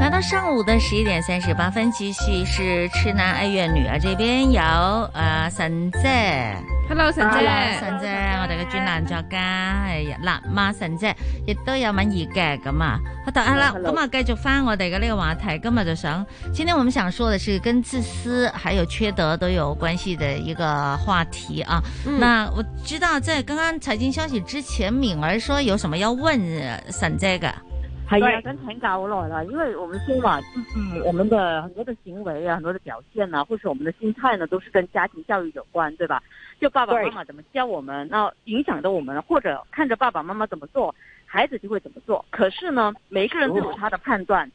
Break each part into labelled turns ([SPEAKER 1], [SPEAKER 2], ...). [SPEAKER 1] 来到上午的十一点三十八分，继续是痴男爱怨女啊，这边有啊神姐，
[SPEAKER 2] Hello，神姐，
[SPEAKER 1] 神姐，我哋嘅專欄作家係辣媽神姐，亦都有敏儀嘅咁啊。好的，好啦，咁啊，繼續翻我哋嘅呢個話題，今日就想，今天我們想說的是跟自私還有缺德都有關係的一個話題啊。
[SPEAKER 3] 嗯
[SPEAKER 1] 那我知道在剛剛財經消息之前，敏兒說有什麼要問呃神姐嘅。
[SPEAKER 4] 係啊，
[SPEAKER 5] 对
[SPEAKER 4] 跟請教好耐啦，因為我們說嘛，就是我們的很多的行為啊，很多的表現啊，或是我們的心態呢，都是跟家庭教育有關，對吧？就爸爸媽媽怎么教我们，那影响着我们，或者看着爸爸妈妈怎么做，孩子就会怎么做。可是呢，每一个人都有他的判断，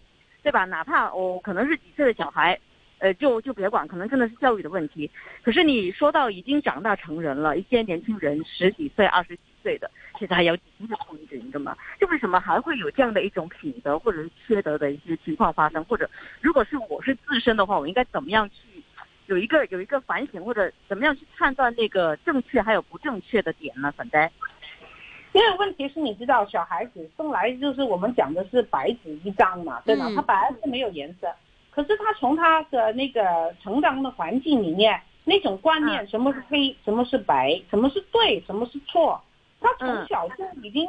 [SPEAKER 4] 对吧？哪怕我、可能是几岁的小孩，呃，就就别管，可能真的是教育的问题。可是你说到已经长大成人了，一些年轻人十几岁、二十几岁的，其实还有几的同龄的嘛。就为什么还会有这样的一种品德或者是缺德的一些情况发生？或者如果是我是自身的话，我应该怎么样去有一个有一个反省，或者怎么样去判断那个正确还有不正确的点呢？粉呆，
[SPEAKER 3] 因为问题是你知道，小孩子生来就是我们讲的是白纸一张嘛，对吧？
[SPEAKER 2] 嗯
[SPEAKER 3] 他本来是没有颜色，可是他从他的那个成长的环境里面，那种观念什么是黑，什么是白，什么是对，什么是错，他
[SPEAKER 4] 嗯
[SPEAKER 3] 从小就已经，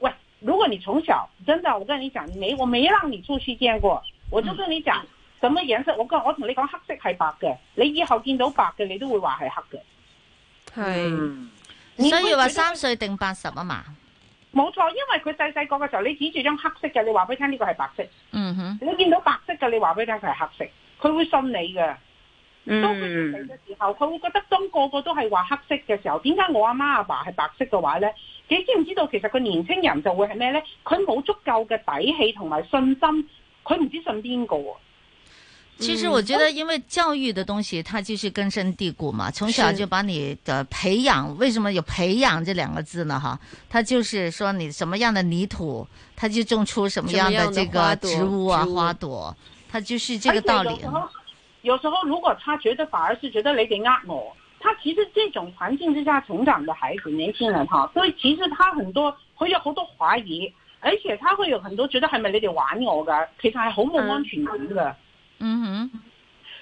[SPEAKER 3] 喂，如果你从小真的，我跟你讲，没我没让你出去见过，我就跟你讲。什麼顏色？我跟我同你講，黑色係白嘅，你以後見到白嘅，你都會話係黑嘅。
[SPEAKER 2] 係
[SPEAKER 4] 嗯，
[SPEAKER 3] 你
[SPEAKER 1] 所以
[SPEAKER 3] 會
[SPEAKER 1] 話
[SPEAKER 3] 覺得
[SPEAKER 1] 三歲定八十啊嘛。
[SPEAKER 3] 冇錯，因為佢細細個嘅時候，你指住張黑色嘅，你話俾佢聽呢個係白色；
[SPEAKER 1] 嗯哼，
[SPEAKER 3] 你見到白色嘅，你話俾佢聽佢係黑色，佢會信你嘅。當佢出嚟
[SPEAKER 4] 嗯
[SPEAKER 3] 嘅時候，佢會覺得當個個都係話黑色嘅時候，點解我阿媽阿爸係白色嘅話呢？你知唔知道其實個年青人就會係咩呢？佢冇足夠嘅底氣同埋信心，佢唔知信邊個喎。
[SPEAKER 1] 其實我覺得，因為教育的東西，它就是根深蒂固嘛，從小就把你的培養，为什么有培養這兩個字呢？哈，它就是說你什麼樣的泥土，它就種出什麼樣的這個植物啊、
[SPEAKER 2] 什麼樣的花朵
[SPEAKER 1] 花朵，它就是這個道
[SPEAKER 3] 而且
[SPEAKER 1] 理啊
[SPEAKER 3] 哎有时。候，有时候如果他觉得反而是觉得你得呃我，他其实这种环境之下成长的孩子，年轻人哈，所以其实他很多佢有好多怀疑，而且他会有很多觉得系咪你哋玩我噶，其实系好冇安全感噶。
[SPEAKER 1] 嗯哼，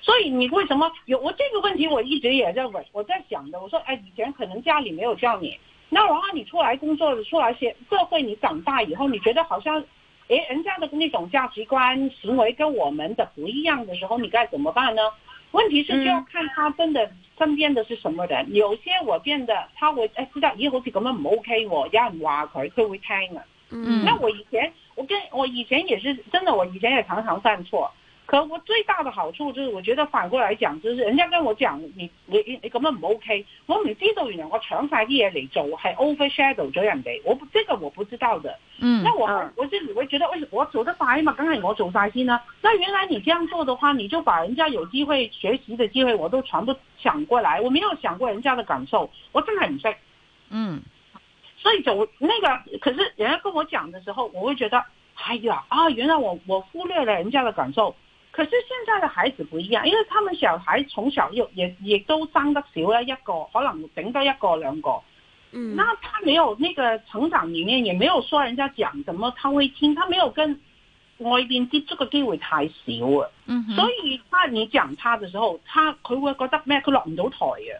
[SPEAKER 3] 所以你为什么有我这个问题，我一直也认为我在想的。我说，哎，以前可能家里没有教你，那然后你出来工作，出来些社会，你长大以后，你觉得好像，哎，人家的那种价值观、行为跟我们的不一样的时候，你该怎么办呢？问题是就要看他真的身边的是什么人。有些我变得他会哎知道，咦，好似咁样唔 OK 喎，有人话佢，佢会听啊。
[SPEAKER 1] 嗯
[SPEAKER 3] 那我以前，我跟我以前也是真的，我以前也常常犯错。可我最大的好处就是，我觉得反过来讲，就是人家跟我讲，你你你你咁樣唔 OK，我唔知道原來我搶晒啲嘢嚟做，係 overshadow 咗人哋，我不這個我不知道的。
[SPEAKER 1] 嗯
[SPEAKER 3] 那我還
[SPEAKER 4] 嗯
[SPEAKER 3] 我自己會覺得，喂，哎我做得快嘛，梗係我做晒先啦、那原來你這樣做的話，你就把人家有機會學習的機會，我都全部想過來，我沒有想過人家的感受，我真係唔識。
[SPEAKER 1] 嗯
[SPEAKER 3] 所以就那个，可是人家跟我讲的时候，我会觉得，哎呀啊，原来我我忽略了人家的感受。可是现在的孩子不一样，因为他们小孩從小又也也都生得少啦，一個可能頂多一個兩個。
[SPEAKER 2] 嗯
[SPEAKER 3] 那他沒有那個成長裡面，也沒有說人家講什麼，他會聽，他沒有跟外邊接觸嘅機會太少啊。
[SPEAKER 1] 嗯哼，
[SPEAKER 3] 所以他你講他嘅時候，他佢會覺得咩？佢落唔到台啊，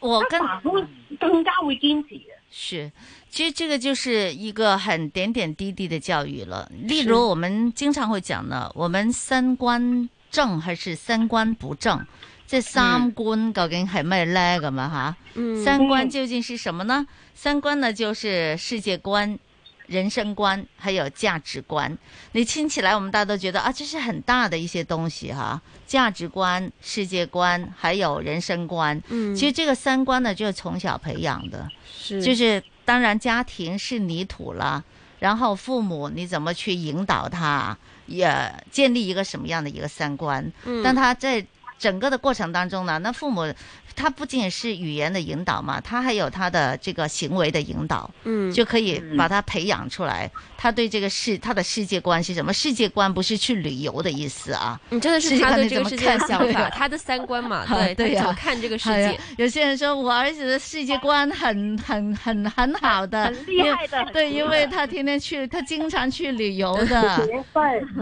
[SPEAKER 1] 我
[SPEAKER 3] 他
[SPEAKER 1] 跟
[SPEAKER 3] 反而會更加會堅持啊。
[SPEAKER 1] 是，其实这个就是一个很点点滴滴的教育了。例如，我们经常会讲呢，我们三观正还是三观不正？即系三观究竟系咩咧？咁样吓，
[SPEAKER 2] 嗯
[SPEAKER 1] 三观究竟是什么呢？三观呢，就是世界观、人生观还有价值观。你听起来，我们大家都觉得啊，这是很大的一些东西哈，价值观、世界观还有人生观。
[SPEAKER 2] 嗯
[SPEAKER 1] 其实这个三观呢，就是从小培养的。
[SPEAKER 4] 嗯
[SPEAKER 2] 是
[SPEAKER 1] 就是当然家庭是泥土了，然后父母你怎么去引导他，也建立一个什么样的一个三观？
[SPEAKER 2] 嗯
[SPEAKER 1] 但他在整个的过程当中呢，那父母他不仅仅是语言的引导嘛，他还有他的这个行为的引导，
[SPEAKER 2] 嗯，
[SPEAKER 1] 就可以把他培养出来。他对这个世他的世界观是什么？世界观不是去旅游的意思啊。
[SPEAKER 2] 你真的
[SPEAKER 1] 世
[SPEAKER 2] 是
[SPEAKER 1] 界
[SPEAKER 2] 他
[SPEAKER 1] 观
[SPEAKER 2] 对
[SPEAKER 1] 你
[SPEAKER 2] 这
[SPEAKER 1] 怎
[SPEAKER 2] 个
[SPEAKER 1] 么
[SPEAKER 2] 世界的
[SPEAKER 1] 看
[SPEAKER 2] 想
[SPEAKER 1] 对
[SPEAKER 2] 法，
[SPEAKER 1] 啊
[SPEAKER 2] 他的三观嘛，
[SPEAKER 1] 啊
[SPEAKER 2] 对，
[SPEAKER 1] 对
[SPEAKER 2] 他
[SPEAKER 1] 呀
[SPEAKER 2] 怎么看这个世
[SPEAKER 1] 哎呀
[SPEAKER 2] 界？
[SPEAKER 1] 有些人说我儿子的世界观很很很很好的，
[SPEAKER 4] 很厉害的
[SPEAKER 1] 因为对，因为他天天去，他经常去旅 游的，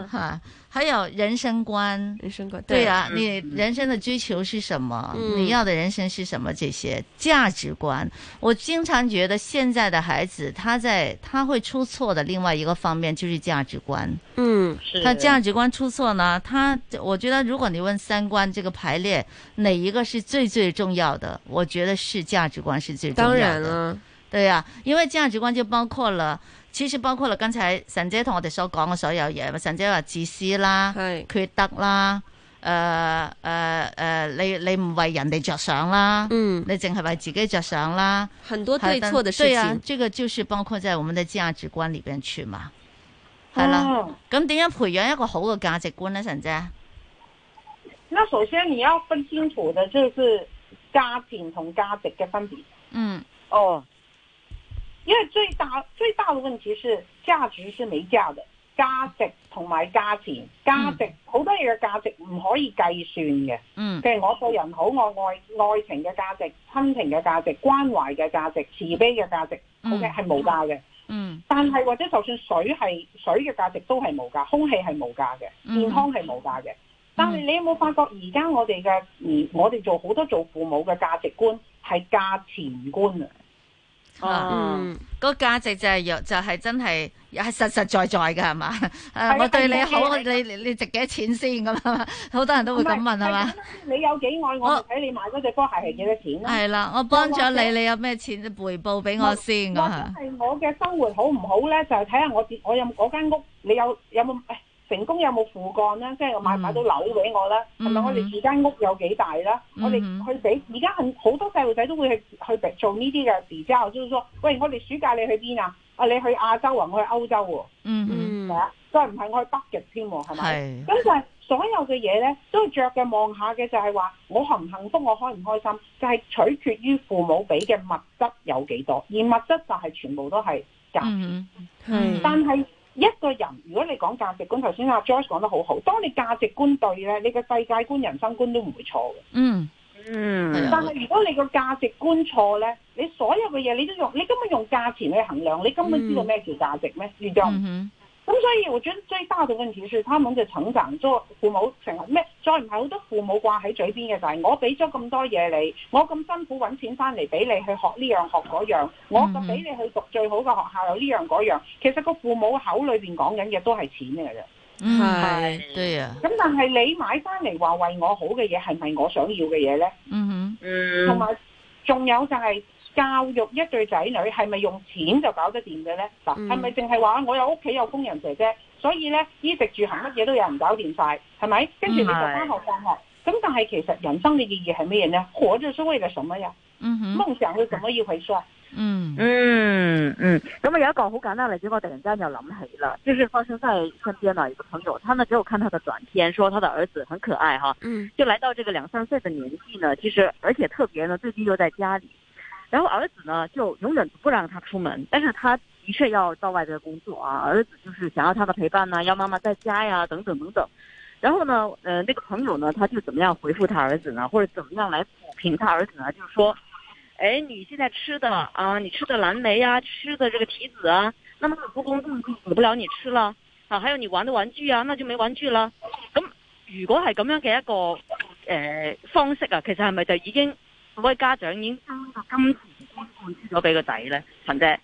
[SPEAKER 1] 哈。还有人生观，
[SPEAKER 2] 人生观
[SPEAKER 1] 对
[SPEAKER 2] 呀，
[SPEAKER 1] 啊，你人生的追求是什么？
[SPEAKER 2] 嗯
[SPEAKER 1] 你要的人生是什么？这些价值观，我经常觉得现在的孩子，他在他会出错的另外一个方面就是价值观。
[SPEAKER 2] 嗯
[SPEAKER 4] 是
[SPEAKER 1] 他价值观出错呢？他，我觉得如果你问三观这个排列哪一个是最最重要的，我觉得是价值观是最重要
[SPEAKER 2] 当
[SPEAKER 1] 的。
[SPEAKER 2] 然啦，
[SPEAKER 1] 對啊，因為價值觀就包括啦，其實包括啦，剛才神姐同我哋所講嘅所有嘢，神姐話自私啦、
[SPEAKER 2] 係
[SPEAKER 1] 缺德啦、誒誒誒，你你唔為人哋着想啦，
[SPEAKER 2] 嗯，
[SPEAKER 1] 你淨係為自己着想啦，
[SPEAKER 2] 很多对错的事
[SPEAKER 1] 對啊
[SPEAKER 2] 情，，
[SPEAKER 1] 這個就是包括在我們的價值觀裏邊去嘛，
[SPEAKER 2] 哦
[SPEAKER 1] 係啦。
[SPEAKER 3] 嗯，
[SPEAKER 1] 咁點樣培養一個好嘅價值觀呢？神姐？
[SPEAKER 3] 那首先你要分清楚的就是家庭同家值嘅分别，
[SPEAKER 1] 嗯
[SPEAKER 4] 哦，
[SPEAKER 3] 因为最大最大的問題是價值是冇價嘅，價值同埋價錢，價值好、多嘢嘅價值唔可以計算嘅。
[SPEAKER 1] 嗯
[SPEAKER 3] 譬如我個人好，我愛愛情嘅價值、親情嘅價值、關懷嘅價值、慈悲嘅價值
[SPEAKER 1] 嗯
[SPEAKER 3] ，OK 係無價嘅。
[SPEAKER 1] 嗯
[SPEAKER 3] 但係或者就算水係水嘅價值都係無價，空氣係無價嘅，
[SPEAKER 1] 嗯
[SPEAKER 3] 健康係無價嘅。但係你有冇發覺而家我哋嘅而我哋做好多做父母嘅價值觀係價錢觀啊？
[SPEAKER 1] 啊
[SPEAKER 2] 嗯，
[SPEAKER 1] 個價值就係有就係真係係實實在在嘅係嘛？誒，
[SPEAKER 3] 啊
[SPEAKER 1] 我對你好，
[SPEAKER 3] 係
[SPEAKER 1] 你你你值幾多錢先咁啊？ 好多人都會咁問啊係嘛？？
[SPEAKER 3] 啊你有幾愛我？
[SPEAKER 1] 我
[SPEAKER 3] 我睇你買嗰隻波鞋係幾多錢啊啦？
[SPEAKER 1] 係啦，我幫咗
[SPEAKER 3] 又或
[SPEAKER 1] 你，
[SPEAKER 3] 者
[SPEAKER 1] 你有咩錢回報俾我先咁
[SPEAKER 3] 或者
[SPEAKER 1] 啊？
[SPEAKER 3] 係我嘅生活好唔好咧？就係睇下我自我有冇嗰間屋，你有有冇唉成功有冇父幹咧？即係買唔買到樓俾我啦？係咪
[SPEAKER 1] 嗯
[SPEAKER 3] 我哋住間屋有幾大啦？
[SPEAKER 1] 嗯
[SPEAKER 3] 我哋去俾而家很好多細路仔都會去去俾做呢啲嘅比較，就是說，喂，我哋暑假你去邊啊？啊，你去亞洲啊，我去歐洲喎，
[SPEAKER 1] 嗯
[SPEAKER 3] 係
[SPEAKER 2] 嗯
[SPEAKER 3] 咪啊？再唔係我去北極添喎，係
[SPEAKER 1] 嗯，
[SPEAKER 3] 咪？
[SPEAKER 1] 係
[SPEAKER 3] 咁就係所有嘅嘢咧，都係着嘅望下嘅，就係話我幸唔幸福，我開唔開心，就係、取決於父母俾嘅物質有幾多，而物質就係全部都係價。
[SPEAKER 1] 嗯
[SPEAKER 2] 係
[SPEAKER 3] 但係一個人，如果你講價值觀，頭先阿 Joyce 講得好好，當你價值觀對咧，你嘅世界觀、人生觀都唔會錯嘅。
[SPEAKER 1] 嗯係
[SPEAKER 4] 嗯
[SPEAKER 1] 啊
[SPEAKER 3] 但係如果你個價值觀錯咧，你所有嘅嘢你都用，你根本用價錢去衡量，你根本知道咩叫價值咩？你就唔
[SPEAKER 1] 嗯哼
[SPEAKER 3] 咁所以我覺得最大的問題是，他們嘅成長，做父母成日咩，再唔係好多父母掛喺嘴邊嘅就係、我俾咗咁多嘢你，我咁辛苦揾錢翻嚟俾你去學呢樣學嗰樣，我咁俾你去讀最好嘅學校有呢樣嗰樣，其實個父母口裏邊講緊嘅都係錢嚟嘅啫。
[SPEAKER 1] 嗯
[SPEAKER 2] 係
[SPEAKER 1] 對啊，
[SPEAKER 3] 咁但係你買翻嚟話為我好嘅嘢係咪我想要嘅嘢呢？
[SPEAKER 1] 嗯哼
[SPEAKER 3] 同
[SPEAKER 4] 嗯，
[SPEAKER 3] 埋仲有就係教育一對仔女係咪用錢就搞得掂嘅咧？嗱、
[SPEAKER 2] 嗯
[SPEAKER 3] 係咪淨係話我有屋企有工人姐姐，所以咧衣食住行乜嘢都有人搞掂晒，係咪？跟住你就翻學放學。咁但係其實人生嘅意義係咩嘢呢？活着是為了什麼呀？
[SPEAKER 1] 嗯哼
[SPEAKER 3] 夢想是怎麼一回事啊？
[SPEAKER 1] 嗯
[SPEAKER 4] 嗯嗯，咁啊有一個好簡單嘅例子，我突然間又諗起啦，就是發生在身邊的一個朋友，他呢給我看他的短片，說他的兒子很可愛哈，
[SPEAKER 2] 嗯
[SPEAKER 4] 就来到这个两三岁的年纪呢，其实而且特别呢，最近又在家里，然后儿子呢就永远不让他出门，但是他的确要到外边工作啊，儿子就是想要他的陪伴呐、要妈妈在家呀，等等等等。然后呢，呃，那个朋友呢，他就怎么样回复他儿子呢，或者怎么样来抚平他儿子呢？就是说，哎，你现在吃的啊，你吃的蓝莓啊，吃的这个提子啊，那么不工作就给不了你吃了啊，还有你玩的玩具啊，那就没玩具了。咁如果係咁樣嘅一個诶、呃方式啊，其實係咪就已經各位家長已經將個金錢觀灌輸咗俾個仔咧？陳姐，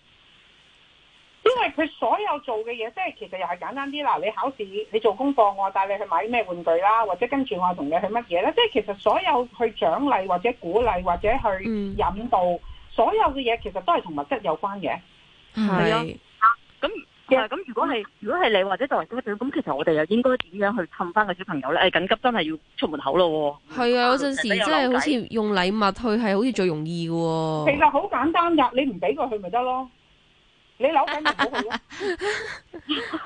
[SPEAKER 3] 因為佢所有做嘅嘢，即係其實又係簡單啲啦。你考試，你做功課，我帶你去買咩玩具啦，或者跟住我同你去乜嘢咧？即係其實所有去獎勵或者鼓勵或者去
[SPEAKER 2] 嗯
[SPEAKER 3] 引導，所有嘅嘢其實都係同物質有關嘅。
[SPEAKER 1] 係
[SPEAKER 4] 啊
[SPEAKER 2] 係
[SPEAKER 3] 嘅
[SPEAKER 4] 啊咁如果係如果係你或者作為家長，咁其實我哋又應該點樣去氹翻個小朋友咧？誒、緊急真係要出門口咯
[SPEAKER 2] 係啊，有陣時真係好似用禮物去係好似最容易嘅
[SPEAKER 3] 其
[SPEAKER 2] 喎，
[SPEAKER 3] 實好簡單㗎，你唔俾佢去咪得咯。你扭緊就唔好去咯。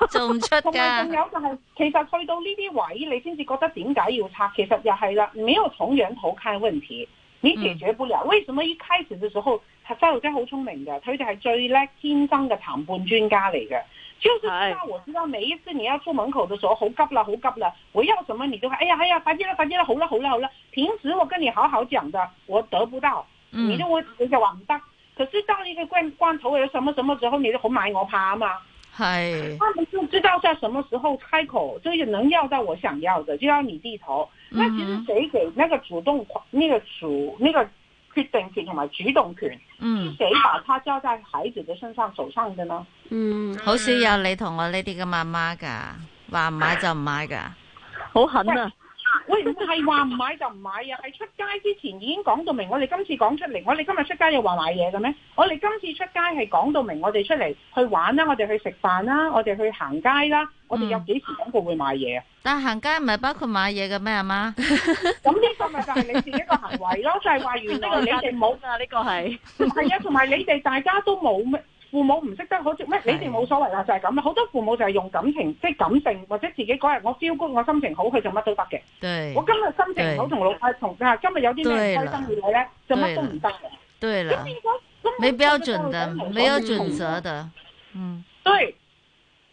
[SPEAKER 1] 做唔出
[SPEAKER 3] 同
[SPEAKER 1] 噶
[SPEAKER 3] 埋仲。有就係、其實去到呢啲位，你先至覺得點解要拆，其實又係啦，沒有從源頭看問題，你解決不了。為什麼一開始嘅時候，細路仔好聰明嘅，佢哋係最叻天生嘅談判專家嚟嘅。就是知道，我知道每一次你要出門口嘅時候，好急啦，好急啦，我要什麼你就話，哎呀，哎呀，快啲啦，快啲啦，好啦，好啦，好啦。平時我跟你好好講的，我得不到，你
[SPEAKER 1] 嗯
[SPEAKER 3] 就會你就話唔得。可是到呢個關關頭，有什麼什麼時候，你就好買我怕啊嘛。
[SPEAKER 1] 係
[SPEAKER 3] 他们就知道在什么时候开口，就是能要到我想要的，就要你低头。那其
[SPEAKER 1] 嗯
[SPEAKER 3] 实
[SPEAKER 1] 哼
[SPEAKER 3] 谁给那个主动权、那个主、那个决定权同埋主动权，是
[SPEAKER 1] 嗯，
[SPEAKER 3] 谁把它交在孩子的身上手上的呢？
[SPEAKER 2] 嗯，
[SPEAKER 1] 好少有你同我呢啲嘅媽媽噶，話唔買就唔買噶。
[SPEAKER 4] 好狠啊！
[SPEAKER 3] 喂，唔係話唔買就唔買啊，係出街之前已經講到明，我哋今次講出嚟，我哋今日出街又話買嘢嘅咩？我哋今次出街係講到明，我哋出嚟去玩啦，我哋去食飯啦，我哋去行街啦，我哋有幾時講過會買嘢啊？
[SPEAKER 1] 但行街唔係包括買嘢嘅咩啊阿 媽？
[SPEAKER 3] 咁呢個咪就係你自己個行為咯，就係話原來你哋冇
[SPEAKER 4] 啊，呢個係
[SPEAKER 3] 係啊，同埋你哋大家都冇咩。父母唔識得好似咩？你哋冇所謂啦，就係咁啦。好多父母就係用感情，即係感性，或者自己嗰日我 feel good，我心情好，佢就乜都得嘅。
[SPEAKER 1] 對
[SPEAKER 3] 我今日心情唔好，
[SPEAKER 1] 對
[SPEAKER 3] 同老啊同啊今日有啲咩唔開心嘅嘢咧，就乜都唔得嘅。
[SPEAKER 1] 對
[SPEAKER 3] 咁
[SPEAKER 1] 啦，
[SPEAKER 3] 變咗根本
[SPEAKER 1] 沒標準的，
[SPEAKER 3] 就係
[SPEAKER 1] 沒有準則的。嗯，
[SPEAKER 3] 對，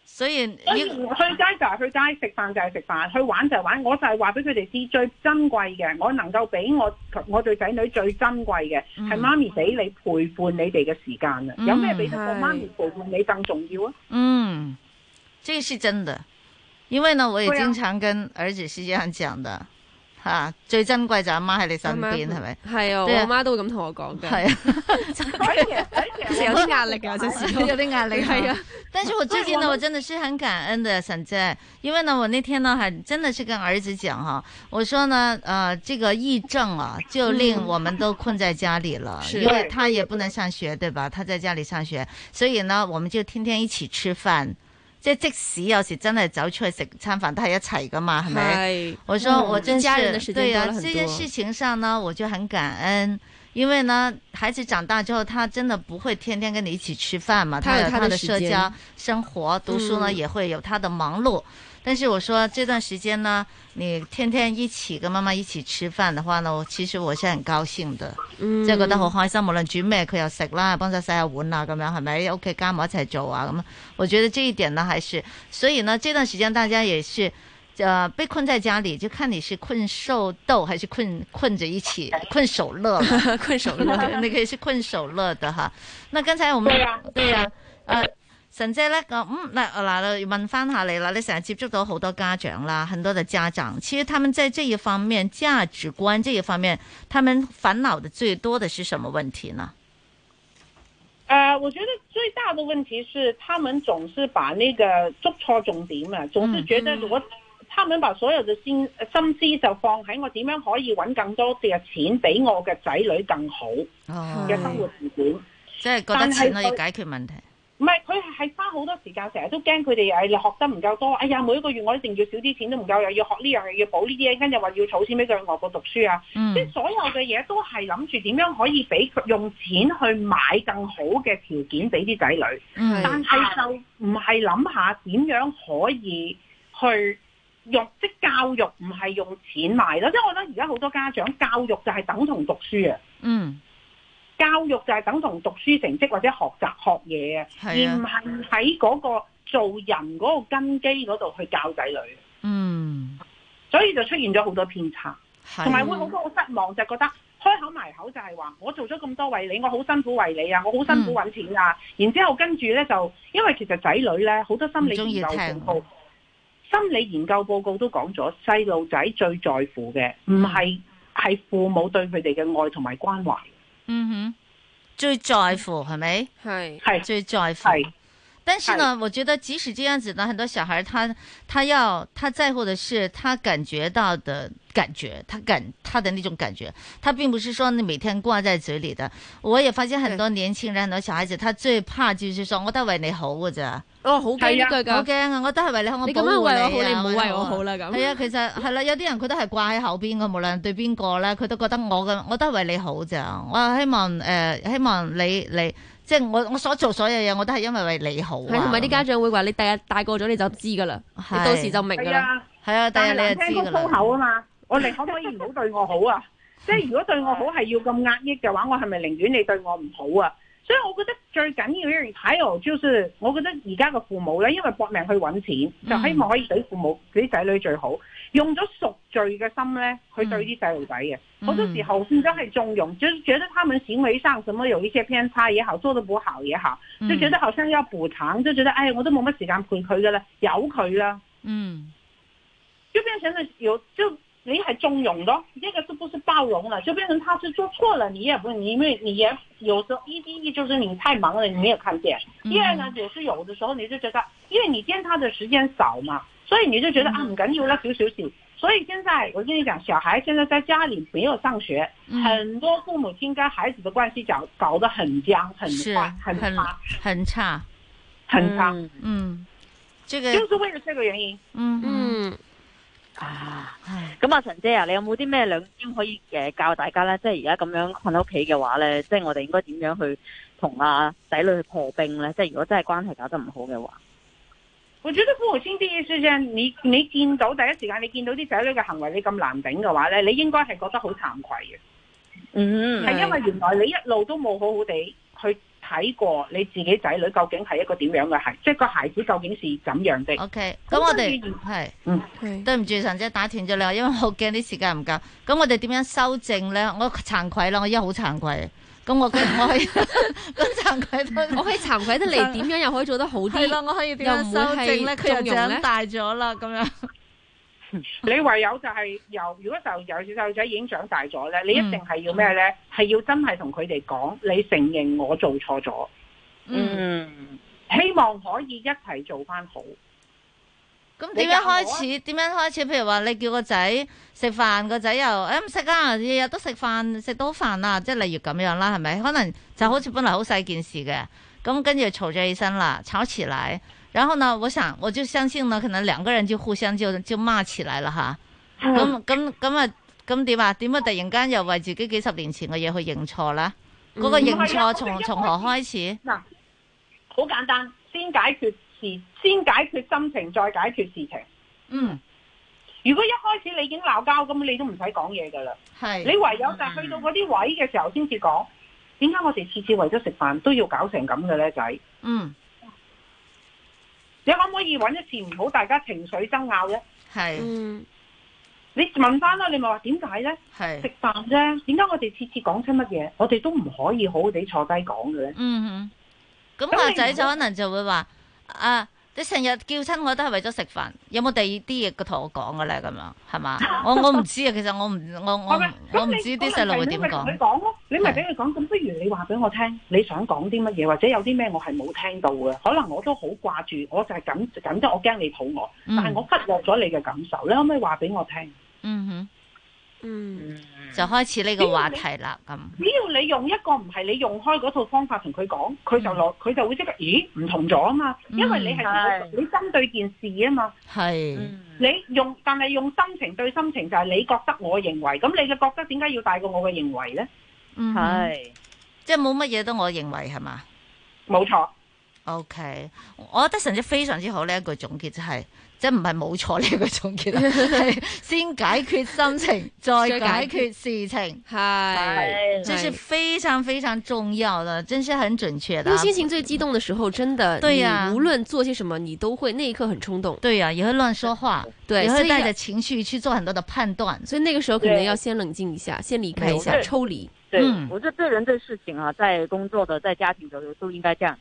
[SPEAKER 1] 所以
[SPEAKER 3] 所以
[SPEAKER 1] 呢
[SPEAKER 3] 去街就係去街，食飯就係食飯，去玩就係玩。我就係話俾佢哋知，最珍貴嘅，我能夠俾我我對仔女最珍貴嘅。係媽咪俾你陪伴你哋嘅時間啊！
[SPEAKER 1] 嗯
[SPEAKER 3] 有咩比得過媽咪陪伴你更重要啊？
[SPEAKER 1] 嗯，这个是真的，因為呢，我也
[SPEAKER 3] 對啊
[SPEAKER 1] 經常跟兒子是這樣講的，吓、最珍貴就阿媽喺你身邊，係咪？
[SPEAKER 2] 係啊，我
[SPEAKER 1] 對啊
[SPEAKER 2] 媽都會咁同我講嘅，
[SPEAKER 1] 係啊，
[SPEAKER 3] 而且而
[SPEAKER 2] 有時
[SPEAKER 3] 且
[SPEAKER 2] 有
[SPEAKER 3] 我
[SPEAKER 2] 啲壓力㗎，有陣時都
[SPEAKER 1] 有啲壓力
[SPEAKER 2] 係啊。
[SPEAKER 1] 但是我最近
[SPEAKER 3] 对
[SPEAKER 1] 呢，我
[SPEAKER 3] 我们
[SPEAKER 1] 真的是很感恩的，沈姐，因为呢，我那天呢，还真的是跟儿子讲哈，我说呢，呃，这个疫症啊，就令我们都困在家里了，
[SPEAKER 2] 是
[SPEAKER 1] 因为他也不能上学，对吧？他在家里上学，所以呢，我们就天天一起吃饭，即即使有时真系走出去食餐饭，都系一齐噶嘛，系咪？
[SPEAKER 2] 係
[SPEAKER 1] 我说我
[SPEAKER 2] 嗯
[SPEAKER 1] 真
[SPEAKER 2] 一
[SPEAKER 1] 是、
[SPEAKER 2] 家人的时间
[SPEAKER 1] 对呀、
[SPEAKER 2] 多了很
[SPEAKER 1] 这件
[SPEAKER 2] 多
[SPEAKER 1] 事情上呢，我就很感恩，因为呢，孩子长大之后，他真的不会天天跟你一起吃饭嘛，
[SPEAKER 2] 他有
[SPEAKER 1] 有
[SPEAKER 2] 他
[SPEAKER 1] 他
[SPEAKER 2] 的时
[SPEAKER 1] 社
[SPEAKER 2] 间
[SPEAKER 1] 交生活，读书呢、
[SPEAKER 2] 嗯
[SPEAKER 1] 也会有他的忙碌。但是我说这段时间呢，你天天一起跟妈妈一起吃饭的话呢，我其实我是很高兴的，
[SPEAKER 2] 嗯
[SPEAKER 1] 即系、觉得好开心，无论煮咩佢又食啦，帮手洗下碗啊，咁样系咪？屋企家务一齐做啊，咁我觉得这一点呢，还是所以呢，这段时间大家也是，呃，被困在家里，就看你是困兽斗还是困困着一起困手乐 了。
[SPEAKER 2] 困手
[SPEAKER 1] 你
[SPEAKER 2] 了。
[SPEAKER 1] 可你可以是困手乐的哈。那刚才我们
[SPEAKER 3] 對啊
[SPEAKER 1] 對啊，呃神姐咧，呃嗯，嗱嗱，問翻下你啦，你成日接觸到好多家長啦，很多的家長，其實他們在這一方面價值觀這一方面，他們煩惱的最多的是什麼問題呢？
[SPEAKER 3] 呃，我覺得最大的問題是，他們總是把那個捉錯重點啊，總是覺得我，他們把所有嘅心心思就放喺我點樣可以揾更多嘅錢俾我嘅仔女更好
[SPEAKER 1] 哦
[SPEAKER 3] 嘅生活條件。
[SPEAKER 1] 即係覺得
[SPEAKER 3] 但係
[SPEAKER 1] 錢可以
[SPEAKER 3] 佢
[SPEAKER 1] 解決問題。
[SPEAKER 3] 唔係，佢係花好多時間，成日都驚佢哋誒學得唔夠多。哎呀，每一個月我一定要少啲錢都唔夠，又要學呢樣，又要補呢啲嘢，跟住話要儲錢俾佢去外國讀書啊。
[SPEAKER 1] 嗯
[SPEAKER 3] 即係所有嘅嘢都係諗住點樣可以俾佢用錢去買更好嘅條件俾啲仔女，
[SPEAKER 1] 嗯
[SPEAKER 3] 但係就唔係諗下點樣可以去用即係教育唔係用錢買咯。即係我覺得而家好多家長教育就係等同讀書啊，
[SPEAKER 1] 嗯，
[SPEAKER 3] 教育就係等同讀書成績或者學習學嘢啊，而
[SPEAKER 1] 係
[SPEAKER 3] 唔
[SPEAKER 1] 啊，
[SPEAKER 3] 係喺嗰個做人嗰個根基嗰度去教仔女，
[SPEAKER 1] 嗯，
[SPEAKER 3] 所以就出現咗好多偏差。同埋
[SPEAKER 1] 係
[SPEAKER 3] 會好多好失望，就覺得開口埋口就係話我做咗咁多為你，我好辛苦為你啊，我好辛苦揾錢啊。
[SPEAKER 1] 嗯
[SPEAKER 3] 然之後跟住呢，就，因為其實仔女呢，好多心理研究報
[SPEAKER 1] 唔中意
[SPEAKER 3] 告，心理研究報告都講咗，細路仔最在乎嘅唔係係父母對佢哋嘅愛同埋關懷，
[SPEAKER 1] 嗯哼，最在乎係咪？
[SPEAKER 2] 係
[SPEAKER 3] 係啊
[SPEAKER 1] 最在乎
[SPEAKER 3] 係。
[SPEAKER 1] 但是呢，我觉得即使这样子呢，很多小孩他他要他在乎的是他感觉到的感觉，他感他的那种感觉，他并不是说你每天挂在嘴里的。我也发现很多年轻人、很多小孩子，他最怕就是说，我都系为你好嘅咋，
[SPEAKER 2] 哦，好驚
[SPEAKER 3] 係啊
[SPEAKER 2] 呢句
[SPEAKER 1] 我
[SPEAKER 2] 㗎。
[SPEAKER 1] 惊啊，我都系为你好，我
[SPEAKER 2] 你
[SPEAKER 1] 保
[SPEAKER 2] 咁
[SPEAKER 1] 护
[SPEAKER 2] 樣為我
[SPEAKER 1] 啊
[SPEAKER 2] 好，你唔好為我好
[SPEAKER 1] 啊
[SPEAKER 2] 啦咁。
[SPEAKER 1] 係啊，其實係啦，有啲人佢都係掛喺口邊嘅，無論對邊個咧，佢都覺得我嘅，我都係為你好咋。我希望誒、呃希望你你即係我我所做所有嘢，我都係因為為你好啊。
[SPEAKER 5] 係同埋啲家長會話你第日大個咗你就知㗎啦，你到時就明㗎
[SPEAKER 3] 係
[SPEAKER 5] 啦。
[SPEAKER 3] 啊，
[SPEAKER 1] 係啊，第
[SPEAKER 3] 但係
[SPEAKER 1] 日
[SPEAKER 3] 難
[SPEAKER 1] 你
[SPEAKER 3] 聽
[SPEAKER 1] 就
[SPEAKER 3] 個
[SPEAKER 1] 知㗎
[SPEAKER 3] 粗
[SPEAKER 1] 啦。
[SPEAKER 3] 口啊嘛，我哋可唔可以唔好對我好 啊？即係如果對我好係要咁壓抑嘅話，我係咪寧願你對我唔好啊？所以我覺得最緊要一樣，還有就是我覺得而家嘅父母咧，因為搏命去揾
[SPEAKER 1] 嗯
[SPEAKER 3] 錢，就希望可以俾父母俾仔女最好，用咗贖罪嘅心咧去對啲細路仔嘅。
[SPEAKER 1] 嗯
[SPEAKER 3] 好多時候變咗係縱容，就是覺得他們行為上什麼有一些偏差也好，做得不好也好，
[SPEAKER 1] 嗯
[SPEAKER 3] 就覺得好像要補償，就覺得哎唉，我都冇乜時間陪佢噶啦，由佢啦，
[SPEAKER 1] 嗯
[SPEAKER 3] 就變成了有就你係縱容咯，這個是不是包容了？就變成他是做錯了，你也不你因為你也有時候一第一就是你太忙了，你沒有看見；
[SPEAKER 1] 嗯
[SPEAKER 3] 第二呢，也是有的時候你就覺得，因為你見他的時間少嘛，所以你就覺
[SPEAKER 1] 嗯
[SPEAKER 3] 得、啊唔緊要啦，少少事。所以現在我跟你講，小孩現在在家裏沒有上學。
[SPEAKER 1] 嗯
[SPEAKER 3] 很多父母親跟孩子的關係搞搞得很僵、很
[SPEAKER 1] 是
[SPEAKER 3] 差、很
[SPEAKER 1] 很
[SPEAKER 3] 差、
[SPEAKER 1] 很差，
[SPEAKER 3] 很差，
[SPEAKER 1] 嗯，這個
[SPEAKER 3] 就是為了這個原因。
[SPEAKER 1] 嗯嗯
[SPEAKER 5] 嗯，
[SPEAKER 4] 啊，
[SPEAKER 1] 唉
[SPEAKER 4] 咁啊，陳姐啊，你有冇啲咩兩招可以誒教大家咧？即係而家咁樣困喺屋企嘅話咧，即係我哋應該點樣去同啊仔女去破冰咧？即係如果真係關係搞得唔好嘅話，
[SPEAKER 3] 我覺得父母親第一時間，你你見到第一時間你見到啲仔女嘅行為你咁難頂嘅話咧，你應該係覺得好慚愧嘅，
[SPEAKER 4] 嗯
[SPEAKER 3] 係因為原來你一路都冇好好地去睇過你自己仔女究竟係一個點樣嘅孩，即係個孩子究竟是怎樣的。
[SPEAKER 1] ，OK，
[SPEAKER 3] 嗯咁
[SPEAKER 1] 哦咁我
[SPEAKER 3] 跟
[SPEAKER 1] 哋
[SPEAKER 3] 住
[SPEAKER 1] 係。
[SPEAKER 5] 係
[SPEAKER 1] 對唔住，陳姐打斷咗你啊話，因為我驚啲時間唔夠。咁我哋點樣修正咧？我慚愧啦，我而家好慚愧。咁我可以我可以 咁慚愧
[SPEAKER 5] 我
[SPEAKER 1] 都
[SPEAKER 5] 可以慚愧得嚟，點樣又可以做得好
[SPEAKER 1] 係
[SPEAKER 5] 啲？
[SPEAKER 1] 啦，我可以點樣修正咧？佢又長大咗啦，咁樣
[SPEAKER 3] 你唯有就係由如果就尤其細路仔已經長大咗咧，你一定係要咩咧？係要真係同佢哋講，你承認我做錯咗。
[SPEAKER 1] 嗯。
[SPEAKER 4] 嗯，
[SPEAKER 3] 希望可以一齊做翻好。
[SPEAKER 1] 咁點樣開始？點樣開始？譬如話你叫個仔食飯，個仔又誒唔食啊，日日都食飯，食到飯啦，即係例如咁樣啦，係咪？可能就好似本來好細件事嘅，咁跟住嘈咗起身啦，吵起來。然後呢，我想我就相信呢，可能兩個人就互相就就罵起來啦嚇。咁咁咁啊，咁點啊？點解突然間又為自己幾十年前嘅嘢去認錯啦？嗰、個認錯從從何開始？
[SPEAKER 3] 嗱，好簡單，先解決事，先解決心情，再解決事情。
[SPEAKER 1] 嗯，
[SPEAKER 3] 如果一開始你已經鬧交，咁你都唔使講嘢噶啦。
[SPEAKER 1] 嗯係
[SPEAKER 3] 你唯有就係去到嗰啲位嘅時候先至講。點解我哋次次為咗食飯都要搞成咁嘅咧，仔？
[SPEAKER 1] 嗯
[SPEAKER 3] 你可唔可以揾一次唔好大家情緒爭拗咧？
[SPEAKER 1] 係
[SPEAKER 5] 嗯，
[SPEAKER 3] 你問翻啦，你咪話點解咧？
[SPEAKER 1] 係
[SPEAKER 3] 食飯啫，點解我哋次次講出乜嘢，我哋都唔可以好好地坐低講嘅咧？
[SPEAKER 1] 嗯哼，咁
[SPEAKER 3] 咁
[SPEAKER 1] 個
[SPEAKER 3] 你
[SPEAKER 1] 仔
[SPEAKER 3] 唔
[SPEAKER 1] 就
[SPEAKER 3] 好
[SPEAKER 1] 可能就會話啊，你成日叫親我都係為咗食飯，有冇第二啲嘢同我講嘅咧？咁樣係 嘛？我我唔知啊，其實我唔我我
[SPEAKER 3] 係
[SPEAKER 1] 唔
[SPEAKER 3] 咪
[SPEAKER 1] 我唔知啲細路會點
[SPEAKER 3] 咁你咪同佢
[SPEAKER 1] 講。
[SPEAKER 3] 講咯，你咪俾佢講。咁不如你話俾我聽，你想講啲乜嘢，或者有啲咩我係冇聽到嘅，可能我都好掛住，我就係緊緊張，我驚你肚餓，但係我
[SPEAKER 1] 嗯
[SPEAKER 3] 忽略咗你嘅感受，你可唔可以話俾我聽？
[SPEAKER 1] 嗯
[SPEAKER 5] 嗯，
[SPEAKER 1] 哼，就開始呢個話題啦。咁
[SPEAKER 3] 只要你用一個唔係你用開嗰套方法同佢講，佢就
[SPEAKER 1] 嗯
[SPEAKER 3] 落，佢就會即刻，咦唔同咗啊嘛，因為你係同佢
[SPEAKER 4] 嗯
[SPEAKER 3] 你針對件事啊嘛，
[SPEAKER 1] 係
[SPEAKER 3] 你用但係用心情對心情就係你覺得我認為，咁你嘅覺得點解要大過我嘅認為呢？
[SPEAKER 1] 嗯哼
[SPEAKER 4] 係
[SPEAKER 1] 即係冇乜嘢都我認為係嘛？
[SPEAKER 3] 冇錯，
[SPEAKER 1] O、k 我覺得神姐非常之好呢一句總結就係、即係唔係冇錯呢一句總結啊，係先解決心情，再解決事情，
[SPEAKER 5] 係。
[SPEAKER 4] 嗯係
[SPEAKER 1] 這是非常非常重要的，真是很準確
[SPEAKER 5] 因
[SPEAKER 1] 的
[SPEAKER 5] 為
[SPEAKER 1] 啊。
[SPEAKER 5] 心情最激動的時候，真的，
[SPEAKER 1] 對呀
[SPEAKER 5] 你無論做些什麼，你都會那一刻很衝動。
[SPEAKER 1] 對呀、也會亂說話，
[SPEAKER 5] 對，
[SPEAKER 1] 也
[SPEAKER 5] 所
[SPEAKER 1] 會
[SPEAKER 5] 以
[SPEAKER 1] 帶
[SPEAKER 5] 要
[SPEAKER 1] 着情緒去做很多的判斷。
[SPEAKER 5] 所以那個時候可能要先冷靜一下，先離開一下，
[SPEAKER 4] 對
[SPEAKER 5] 抽離。
[SPEAKER 4] 對，
[SPEAKER 1] 嗯
[SPEAKER 4] 我覺得對人對事情啊，在工作的、在家庭的都應該這樣。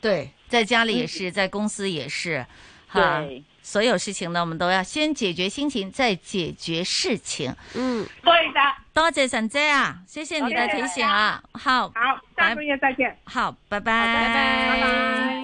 [SPEAKER 1] 對，在家裡也
[SPEAKER 5] 嗯
[SPEAKER 1] 是，在公司也是，哈，
[SPEAKER 4] 對，
[SPEAKER 1] 所有事情呢，我們都要先解決心情，再解決事情。
[SPEAKER 5] 嗯，
[SPEAKER 3] 對的，
[SPEAKER 1] 多謝神姐啊，謝謝你的提醒啊，好，
[SPEAKER 3] 好，下個月再見。
[SPEAKER 1] 好，拜拜，
[SPEAKER 5] 拜拜。